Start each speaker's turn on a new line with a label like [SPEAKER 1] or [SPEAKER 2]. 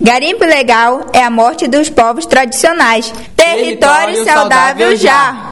[SPEAKER 1] Garimpo legal é a morte dos povos tradicionais. Território saudável já!